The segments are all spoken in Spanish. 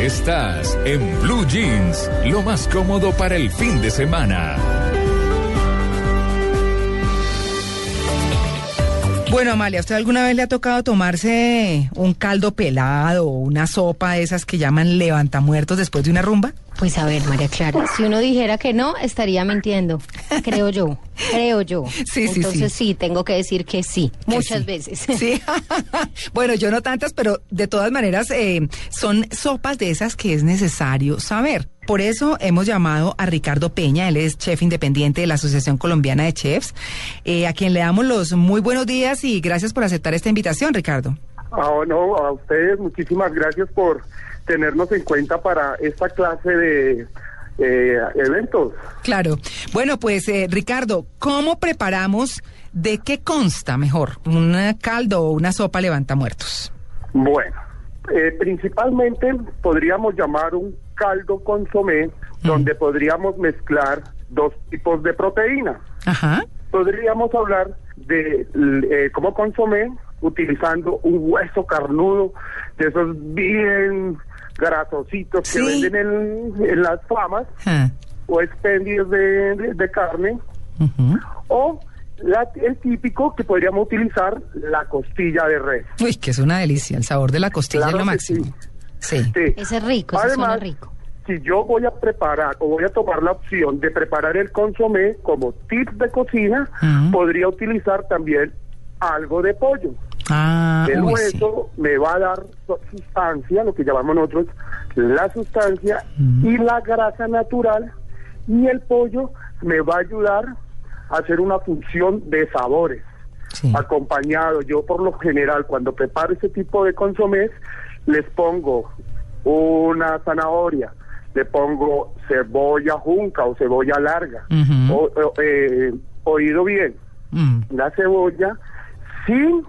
Estás en Blue Jeans, lo más cómodo para el fin de semana. Bueno, Amalia, ¿usted alguna vez le ha tocado tomarse un caldo pelado o una sopa de esas que llaman levantamuertos después de una rumba? Pues a ver, María Clara, si uno dijera que no, estaría mintiendo. Creo yo, creo yo. Sí, sí, sí. Entonces sí, tengo que decir que sí, muchas sí. veces. Sí. bueno, yo no tantas, pero de todas maneras eh, son sopas de esas que es necesario saber. Por eso hemos llamado a Ricardo Peña, él es chef independiente de la Asociación Colombiana de Chefs, eh, a quien le damos los muy buenos días y gracias por aceptar esta invitación, Ricardo. Ah, no, a ustedes muchísimas gracias por tenernos en cuenta para esta clase de eh, eventos. Claro. Bueno, pues eh, Ricardo, ¿cómo preparamos, de qué consta mejor, un eh, caldo o una sopa levanta muertos? Bueno, eh, principalmente podríamos llamar un caldo consomé donde podríamos mezclar dos tipos de proteína. Ajá. Podríamos hablar de l- eh, cómo consomé utilizando un hueso carnudo de esos bien grasositos que Sí. venden en, en las famas Ah, o expendios de, de- de carne ujú. o la- el típico que podríamos utilizar la costilla de res. Uy, que es una delicia, el sabor de la costilla Claro es lo que Este, máximo. Sí. Sí. Ese es rico, ese suena Además, rico. si yo voy a preparar o voy a tomar la opción de preparar el consomé como tip de cocina, Ujú. podría utilizar también algo de pollo. Ah, El uy, sí. hueso me va a dar su- sustancia, lo que llamamos nosotros la sustancia y la grasa natural, y el pollo me va a ayudar a hacer una función de sabores. Sí. Acompañado, yo por lo general cuando preparo ese tipo de consomés, les pongo una zanahoria, le pongo cebolla junca o cebolla larga, Ujú. o- o- eh, oído bien, Mm, la cebolla sin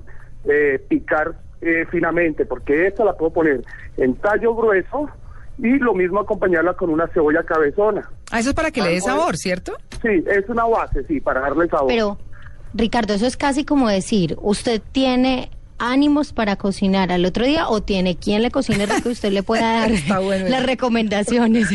eh, picar eh, finamente, porque esta la puedo poner en tallo grueso y lo mismo acompañarla con una cebolla cabezona. Ah, eso es para que le dé Algo de- sabor, ¿cierto? Sí, es una base, sí, para darle sabor. Pero, Ricardo, eso es casi como decir, ¿usted tiene ánimos para cocinar al otro día o tiene quien le cocine rico y usted le pueda dar Está bueno. las recomendaciones?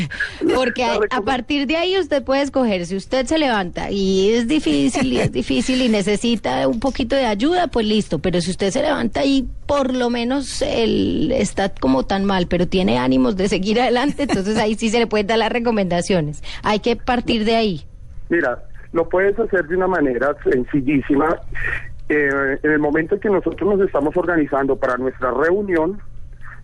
Porque a, La recome- a partir de ahí usted puede escoger, si usted se levanta y es difícil y es difícil y necesita un poquito de ayuda, pues listo, pero si usted se levanta y por lo menos él está como tan mal, pero tiene ánimos de seguir adelante, entonces ahí sí se le pueden dar las recomendaciones. Hay que partir de ahí. Mira, lo puedes hacer de una manera sencillísima. Eh, en el momento en que nosotros nos estamos organizando para nuestra reunión,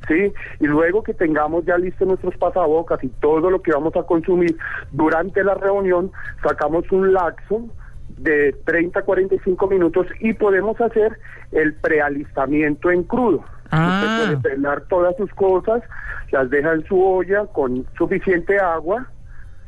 ¿sí? Y luego que tengamos ya listos nuestros pasabocas y todo lo que vamos a consumir durante la reunión, sacamos un laxo de 30 a 45 minutos y podemos hacer el prealistamiento en crudo. Ah. Usted puede pelar todas sus cosas, las deja en su olla con suficiente agua,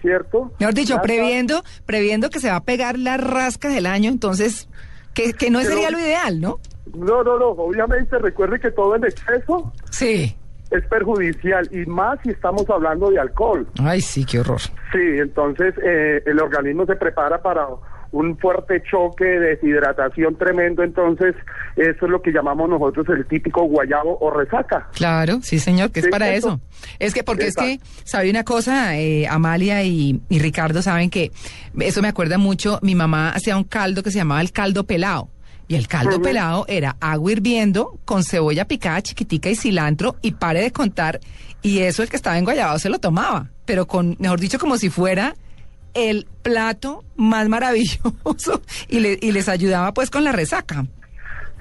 ¿cierto? Mejor dicho, Las- previendo, previendo que se va a pegar las rascas del año, entonces, que, que no Pero- sería lo ideal, ¿no? No, no, no. Obviamente recuerde que todo en exceso Sí. es perjudicial y más si estamos hablando de alcohol. Ay, sí, qué horror. Sí, entonces eh, el organismo se prepara para un fuerte choque de deshidratación tremendo. Entonces eso es lo que llamamos nosotros el típico guayabo o resaca. Claro, sí, señor, que es Sí, para eso. eso. Es que, porque es Exacto. que, ¿sabe una cosa? Eh, Amalia y, y Ricardo saben que eso me acuerda mucho. Mi mamá hacía un caldo que se llamaba el caldo pelado. Y el caldo Ujú. pelado era agua hirviendo con cebolla picada chiquitica y cilantro y pare de contar. Y eso el que estaba enguayabado se lo tomaba. Pero con, mejor dicho, como si fuera el plato más maravilloso y, le- y les ayudaba pues con la resaca.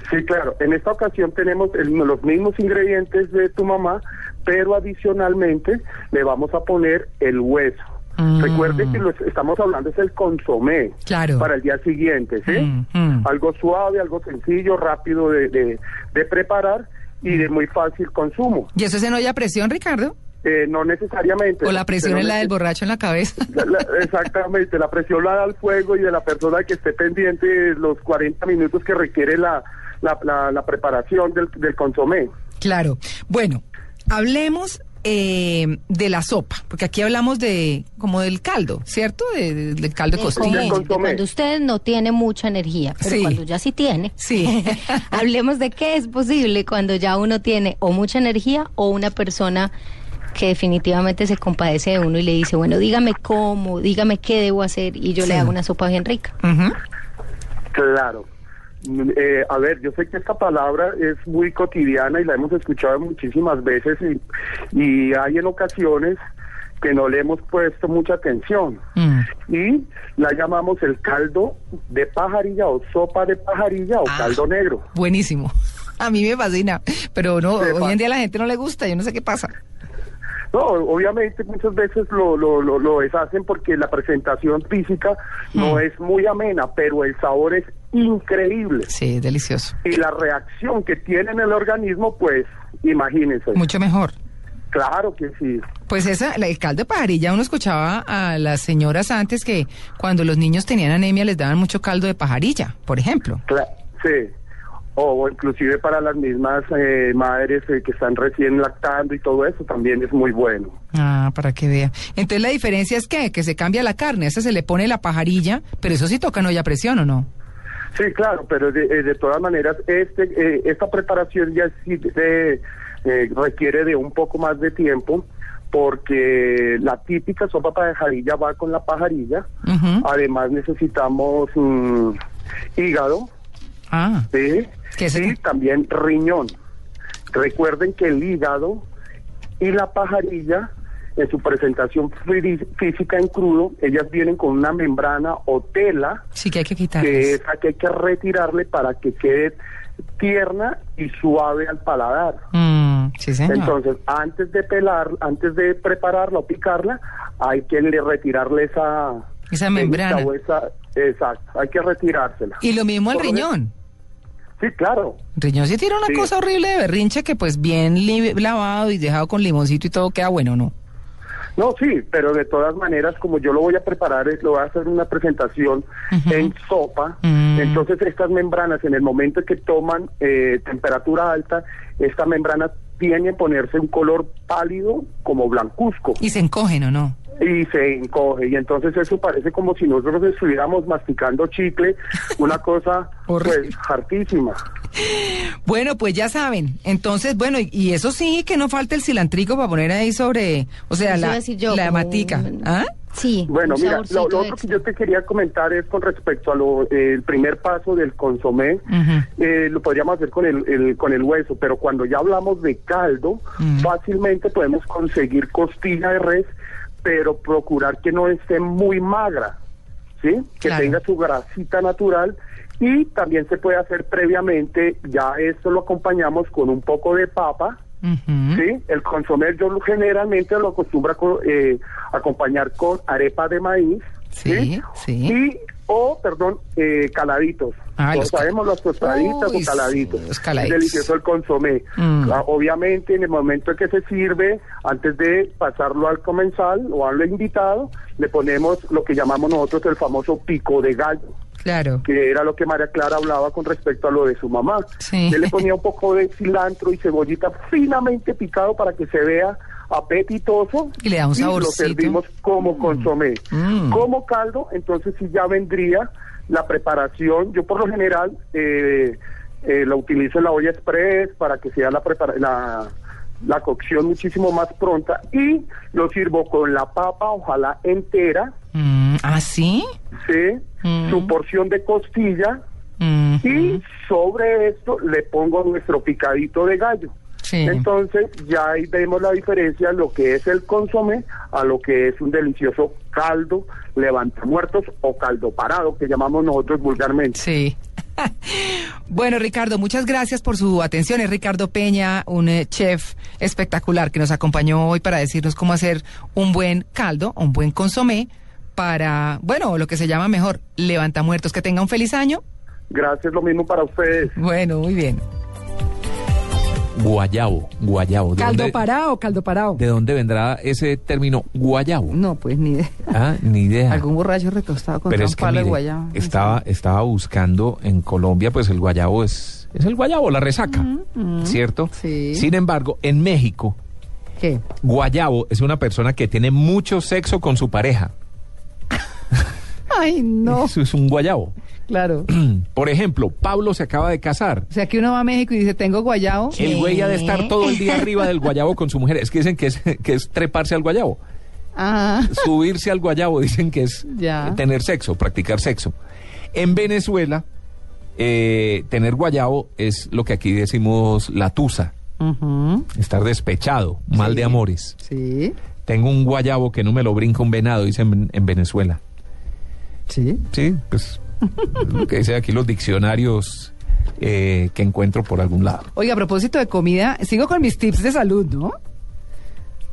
Sí, claro. En esta ocasión tenemos el- los mismos ingredientes de tu mamá, pero adicionalmente le vamos a poner el hueso. Mm. Recuerde que lo es- estamos hablando es el consomé Claro. para el día siguiente, ¿sí? Mm, mm. Algo suave, algo sencillo, rápido de, de- de preparar y de muy fácil consumo. ¿Y eso es en olla a presión, Ricardo? Eh, no necesariamente. ¿O la presión Pero es la del neces- borracho en la cabeza? La- la- exactamente, la presión la da el fuego y de la persona que esté pendiente de los 40 minutos que requiere la, la, la- la preparación del, del consomé. Claro. Bueno, hablemos eh, de la sopa, porque aquí hablamos de como del caldo, ¿cierto? De- de- del caldo de de costilla. comer, de consomé. cuando usted no tiene mucha energía, pero Sí. cuando ya sí tiene. Sí. Hablemos de qué es posible cuando ya uno tiene o mucha energía o una persona que definitivamente se compadece de uno y le dice, bueno, dígame cómo, dígame qué debo hacer y yo le Sí. hago una sopa bien rica. Ujú. Claro. Mm, eh, a ver, yo sé que esta palabra es muy cotidiana y la hemos escuchado muchísimas veces y, y hay en ocasiones que no le hemos puesto mucha atención. Mm. Y la llamamos el caldo de pajarilla o sopa de pajarilla o Ah. caldo negro. Buenísimo. A mí me fascina, pero no, Sepa. hoy en día a la gente no le gusta, yo no sé qué pasa. No, obviamente muchas veces lo, lo, lo, lo deshacen porque la presentación física no es muy amena, pero el sabor es increíble. Sí, es delicioso. Y la reacción que tiene en el organismo, pues, imagínense. Mucho mejor. Claro que sí. Pues esa, la- el caldo de pajarilla, uno escuchaba a las señoras antes que cuando los niños tenían anemia les daban mucho caldo de pajarilla, por ejemplo. Cla- sí. O inclusive para las mismas eh, madres eh, que están recién lactando y todo eso también es muy bueno. Ah, para que vea. Entonces la diferencia es que, que se cambia la carne, a esa se le pone la pajarilla, pero eso sí toca en olla a presión o no. Sí, claro, pero de, eh, de todas maneras este, eh, esta preparación ya sí eh, eh, requiere de un poco más de tiempo porque la típica sopa pajarilla va con la pajarilla. Ujú. Además necesitamos mm, hígado, Ah, ¿sí? ¿Qué es y eso? también riñón. Recuerden que el hígado y la pajarilla en su presentación fri- física en crudo, ellas vienen con una membrana o tela sí que hay que que quitarles. esa que hay que retirarle para que quede tierna y suave al paladar. Mm, sí, señor. Entonces, antes de pelar, antes de prepararla o picarla, hay que le- retirarle esa Esa membrana. o esa- exacto, hay que retirársela. y lo mismo el Por lo menos- riñón. Sí, claro. El riñón sí tiene una Sí. cosa horrible de berrinche que pues bien li- lavado y dejado con limoncito y todo queda bueno, ¿no? No, sí, pero de todas maneras, como yo lo voy a preparar, eh, lo voy a hacer una presentación en sopa. Mm. Entonces, estas membranas, en el momento que toman eh, temperatura alta, esta membrana tiene a ponerse un color pálido como blancuzco Y se encogen o no. y se encoge. Y entonces eso parece como si nosotros estuviéramos masticando chicle, una cosa Horrible. pues hartísima. Bueno, pues ya saben. Entonces, bueno, y, y eso sí, que no falta el cilantrico para poner ahí sobre, o sea, Eso iba a la, decir yo, la como matica. un- ¿Ah? Sí. Bueno, un mira, lo, saborcito lo otro que extra. yo te quería comentar es con respecto a lo, eh, el primer paso del consomé, Ujú. eh, lo podríamos hacer con el, el- con el hueso, pero cuando ya hablamos de caldo, fácilmente podemos conseguir costilla de res, pero procurar que no esté muy magra, ¿sí? Que Claro. tenga su grasita natural y también se puede hacer previamente, ya esto lo acompañamos con un poco de papa, Ujú. Sí, el consomé yo lo- generalmente lo acostumbra co- eh, acompañar con arepa de maíz. Sí, sí. Y, o, perdón, eh, caladitos. Ah, Todos los cal- sabemos las tostaditas Uy, o caladitos. sí, los caladitos. Es delicioso el consomé. Mm. Ah, Obviamente, en el momento en que se sirve, antes de pasarlo al comensal o al invitado, le ponemos lo que llamamos nosotros el famoso pico de gallo Claro. que era lo que María Clara hablaba con respecto a lo de su mamá. Sí. Yo le ponía un poco de cilantro y cebollita finamente picado para que se vea apetitoso. Y le da un lo saborcito. servimos como consomé. Mm. Como caldo, entonces sí ya vendría la preparación. Yo por lo general eh, eh, la utilizo en la olla express para que sea la, prepara- la la cocción muchísimo más pronta y lo sirvo con la papa, ojalá entera, Mm, ¿Ah, sí? ¿sí? Mm. su porción de costilla, Mm, y sobre esto le pongo nuestro picadito de gallo. Sí. Entonces ya ahí vemos la diferencia lo que es el consomé a lo que es un delicioso caldo levantamuertos o caldo parado que llamamos nosotros vulgarmente. Sí. bueno, Ricardo, muchas gracias por su atención. Es Ricardo Peña, un eh, chef espectacular que nos acompañó hoy para decirnos cómo hacer un buen caldo, un buen consomé para, bueno, lo que se llama mejor, levanta muertos. Que tenga un feliz año. Gracias, lo mismo para ustedes. Bueno, muy bien. Guayabo, guayabo. ¿De ¿Caldo dónde- parado o caldo parado? ¿De dónde vendrá ese término guayabo? No, pues ni idea. Ah, ni idea. Algún borracho recostado con Pero un es que, palo de mire, guayaba. estaba, estaba buscando en Colombia, pues el guayabo es, es el guayabo, la resaca, ¿cierto? Mm, sí. Sin embargo, en México, ¿Qué? guayabo es una persona que tiene mucho sexo con su pareja. Ay, no, Eso es un guayabo. claro. Por ejemplo, Pablo se acaba de casar. O sea, que uno va a México y dice, tengo guayabo. El güey ha de estar todo el día arriba del guayabo con su mujer. Es que dicen que es, que es treparse al guayabo. Ah, Subirse al guayabo dicen que es Ya. tener sexo, practicar sexo. En Venezuela, eh, tener guayabo es lo que aquí decimos la tusa. Estar despechado, mal de amores. sí, Tengo un guayabo que no me lo brinca un venado, dicen en Venezuela. sí. Sí, pues lo que dicen aquí los diccionarios eh, que encuentro por algún lado. Oiga, a propósito de comida, sigo con mis tips de salud, ¿no?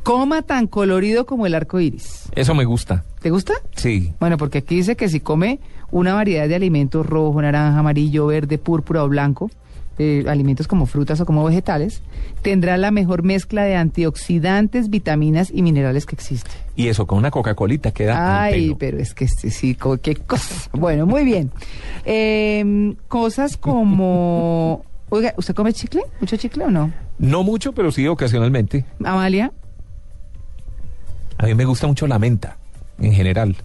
Coma tan colorido como el arco iris. Eso me gusta. ¿Te gusta? Sí. Bueno, porque aquí dice que si come una variedad de alimentos rojo, naranja, amarillo, verde, púrpura o blanco, eh, alimentos como frutas o como vegetales, tendrá la mejor mezcla de antioxidantes, vitaminas y minerales que existe. Y eso con una Coca-Colita queda. al Ay, pelo. pero es que este sí, co- qué cosa. Bueno, muy bien. Em, cosas como... Oiga, ¿usted come chicle? ¿Mucho chicle o no? No mucho, pero sí ocasionalmente. Amalia. A mí me gusta mucho la menta, en general.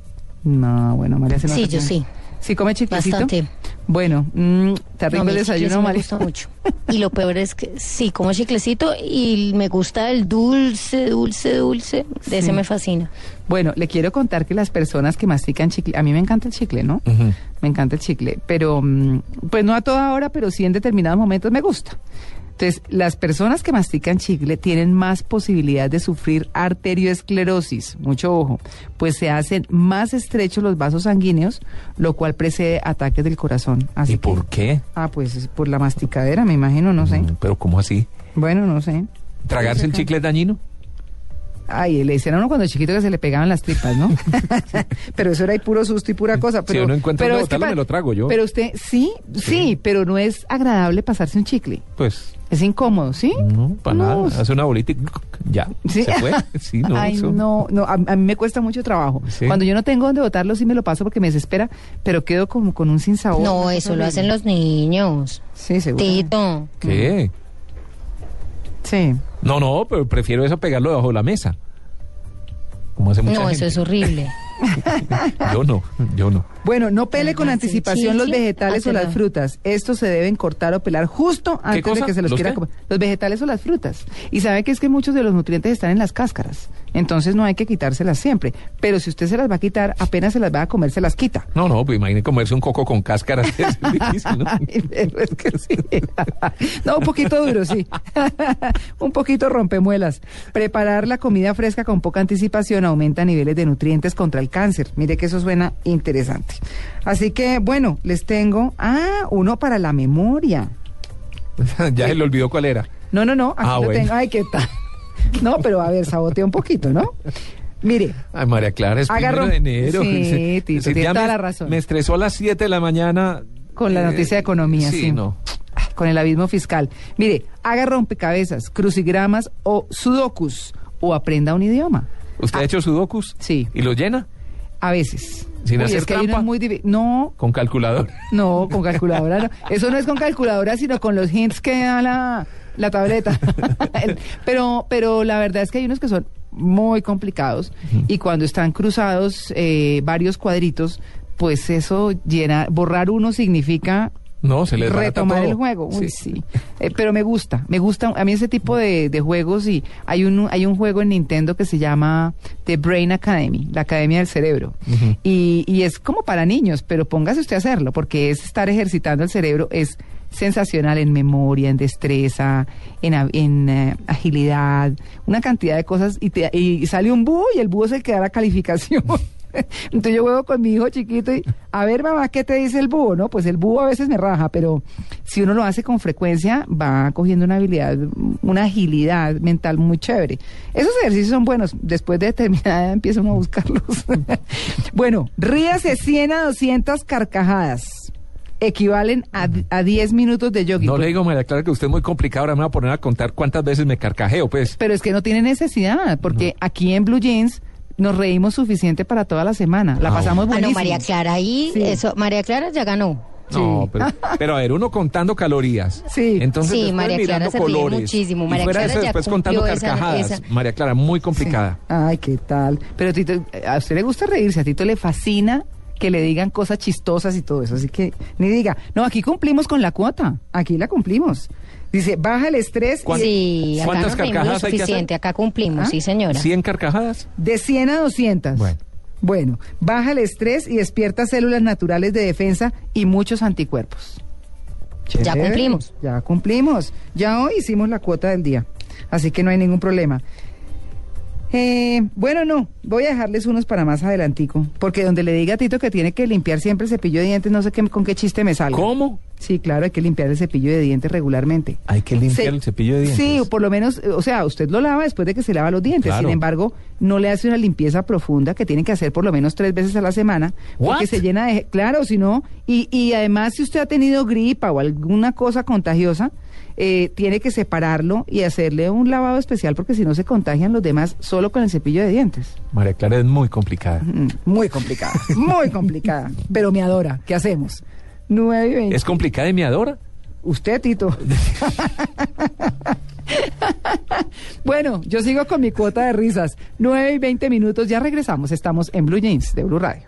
No, bueno, Amalia se nos Sí, yo hace- sí. ¿Sí come chiclecito? Bastante. Bueno, mm, terrible No, a mí el chicle sí desayuno, me Amalia. gusta mucho. Y lo peor es que sí, como chiclecito y me gusta el dulce, dulce, dulce. De ese Sí. me fascina. Bueno, le quiero contar que las personas que mastican chicle, a mí me encanta el chicle, ¿no? Ujú. Me encanta el chicle, pero mm, pues no a toda hora, pero sí en determinados momentos me gusta. Entonces, las personas que mastican chicle tienen más posibilidad de sufrir arterioesclerosis, mucho ojo, pues se hacen más estrechos los vasos sanguíneos, lo cual precede ataques del corazón. Así ¿Y que- por qué? Ah, pues es por la masticadera, me imagino, no sé. Mm, Pero ¿cómo así? Bueno, no sé. ¿Tragarse el chicle es dañino? Ay, le decían a uno cuando chiquito que se le pegaban las tripas, ¿no? pero eso era y puro susto y pura cosa. Pero, uno encuentra pero un es que botarlo, pa- me lo trago yo. Pero usted, sí, sí, pero no es agradable pasarse un chicle. Pues, Es incómodo, ¿sí? no, para No, nada. Hace una bolita y ya. ¿Sí? ¿Se fue? Sí, no. Ay, eso- no, no, a, a mí me cuesta mucho trabajo. Sí. Cuando yo no tengo donde botarlo, sí me lo paso porque me desespera, pero quedo como con un sinsabor. No, eso lo hacen los niños. Sí, seguro. Tito. ¿Qué? Sí. No, no, pero prefiero eso pegarlo debajo de la mesa. Como hace mucha No, eso gente. es horrible. Yo no, yo no. Bueno, no pele con Ajá, sí, Ah, anticipación los chicle, vegetales o las hazlo. frutas. Estos se deben cortar o pelar justo antes de cosa? que se los, ¿Los quiera qué? comer. Los vegetales o las frutas. Y sabe que es que muchos de los nutrientes están en las cáscaras. Entonces no hay que quitárselas siempre. Pero si usted se las va a quitar, apenas se las va a comer, se las quita. No, no, pues imagínate comerse un coco con cáscara. Es difícil, ¿no? Ay, pero es que sí. No, un poquito duro, sí. un poquito rompemuelas. Preparar la comida fresca con poca anticipación aumenta niveles de nutrientes contra el cáncer. Mire que eso suena interesante. Así que, bueno, les tengo. Ah, uno para la memoria. ya se le olvidó cuál era. No, no, no, aquí Ah, lo bueno. tengo. Ay, qué tal. No, pero a ver, sabotea un poquito, ¿no? Mire, Ay, María Clara, es Agarró. primero de enero. Sí, Dice- Tito, dice, tiene ya toda me- la razón. Me estresó a las 7 de la mañana. Con la eh, noticia de economía, sí. Ah, no. con el abismo fiscal. Mire, haga rompecabezas, crucigramas o sudokus o aprenda un idioma. ¿Usted Ah. ha hecho sudokus? Sí. ¿Y lo llena? A veces. Sin hacer es que hay trampa. unos muy divi- No, Con calculador. no, con calculadora no. Eso no es con calculadora, sino con los hints que da la, la tableta. El- pero, pero la verdad es que hay unos que son muy complicados y cuando están cruzados eh, varios cuadritos, pues eso llena, borrar uno significa No, se le desbarata retomar todo. el juego. Uy, Sí. sí. Eh, pero me gusta, me gusta a mí ese tipo de, de juegos y hay un hay un juego en Nintendo que se llama The Brain Academy, la Academia del Cerebro. y, y es como para niños, pero póngase usted a hacerlo porque es estar ejercitando el cerebro es sensacional en memoria, en destreza, en, a- en, eh, agilidad, una cantidad de cosas y, te- y sale un búho y el búho es el que da la calificación. Entonces yo juego con mi hijo chiquito y, a ver mamá, ¿qué te dice el búho? No, pues el búho a veces me raja, pero si uno lo hace con frecuencia va cogiendo una habilidad, una agilidad mental muy chévere. Esos ejercicios son buenos, después de determinada edad empieza uno a buscarlos. bueno, ríase 100 a 200 carcajadas. equivalen a, a 10 minutos de jogging. No le digo, María Clara, que usted es muy complicado. Ahora me va a poner a contar cuántas veces me carcajeo, pues. Pero es que no tiene necesidad, porque aquí en Blue Jeans nos reímos suficiente para toda la semana. La Ah, pasamos Ah, no, buenísimo. María Clara, ahí, Sí. eso, María Clara ya ganó. No, pero, pero a ver, uno contando calorías. Sí. Entonces, Sí, después María Clara mirando se ríe colores. muchísimo. Y María fuera de Clara eso, ya después contando cumplió esa- carcajadas. esa- María Clara, muy complicada. Ay, qué tal. Pero Tito, a usted le gusta reírse, a Tito le fascina que le digan cosas chistosas y todo eso. Así que ni diga, no, aquí cumplimos con la cuota, aquí la cumplimos. Dice, baja el estrés ¿Cuán- Sí, acá ¿Cuántas nos reímos lo carcajadas hay que suficiente, hacer? acá ¿Ah? cumplimos, sí señora. ¿Cien carcajadas? de 100 a 200. Bueno. Bueno, baja el estrés y despierta células naturales de defensa y muchos anticuerpos. Ya Chévere, cumplimos. Ya cumplimos. Ya hoy hicimos la cuota del día. Así que no hay ningún problema. Eh, bueno, no, voy a dejarles unos para más adelantico, porque donde le diga a Tito que tiene que limpiar siempre el cepillo de dientes, no sé qué, con qué chiste me salga. ¿Cómo? Sí, claro, hay que limpiar el cepillo de dientes regularmente. Hay que limpiar el cepillo de dientes. Sí, o por lo menos, eh, o sea, usted lo lava después de que se lava los dientes. Claro. Sin embargo, no le hace una limpieza profunda que tiene que hacer por lo menos tres veces a la semana. Porque ¿What? se llena de. Claro, si no. Y, y además, si usted ha tenido gripa o alguna cosa contagiosa, eh, tiene que separarlo y hacerle un lavado especial porque si no se contagian los demás solo con el cepillo de dientes. María Clara es muy complicada. Mm, Muy complicada, muy complicada. Pero me adora. ¿Qué hacemos? 9 y 20. ¿Es complicada y me adora? Usted, Tito. bueno, yo sigo con mi cuota de risas. 9 y 20 minutos, ya regresamos. Estamos en Blue Jeans de Blue Radio.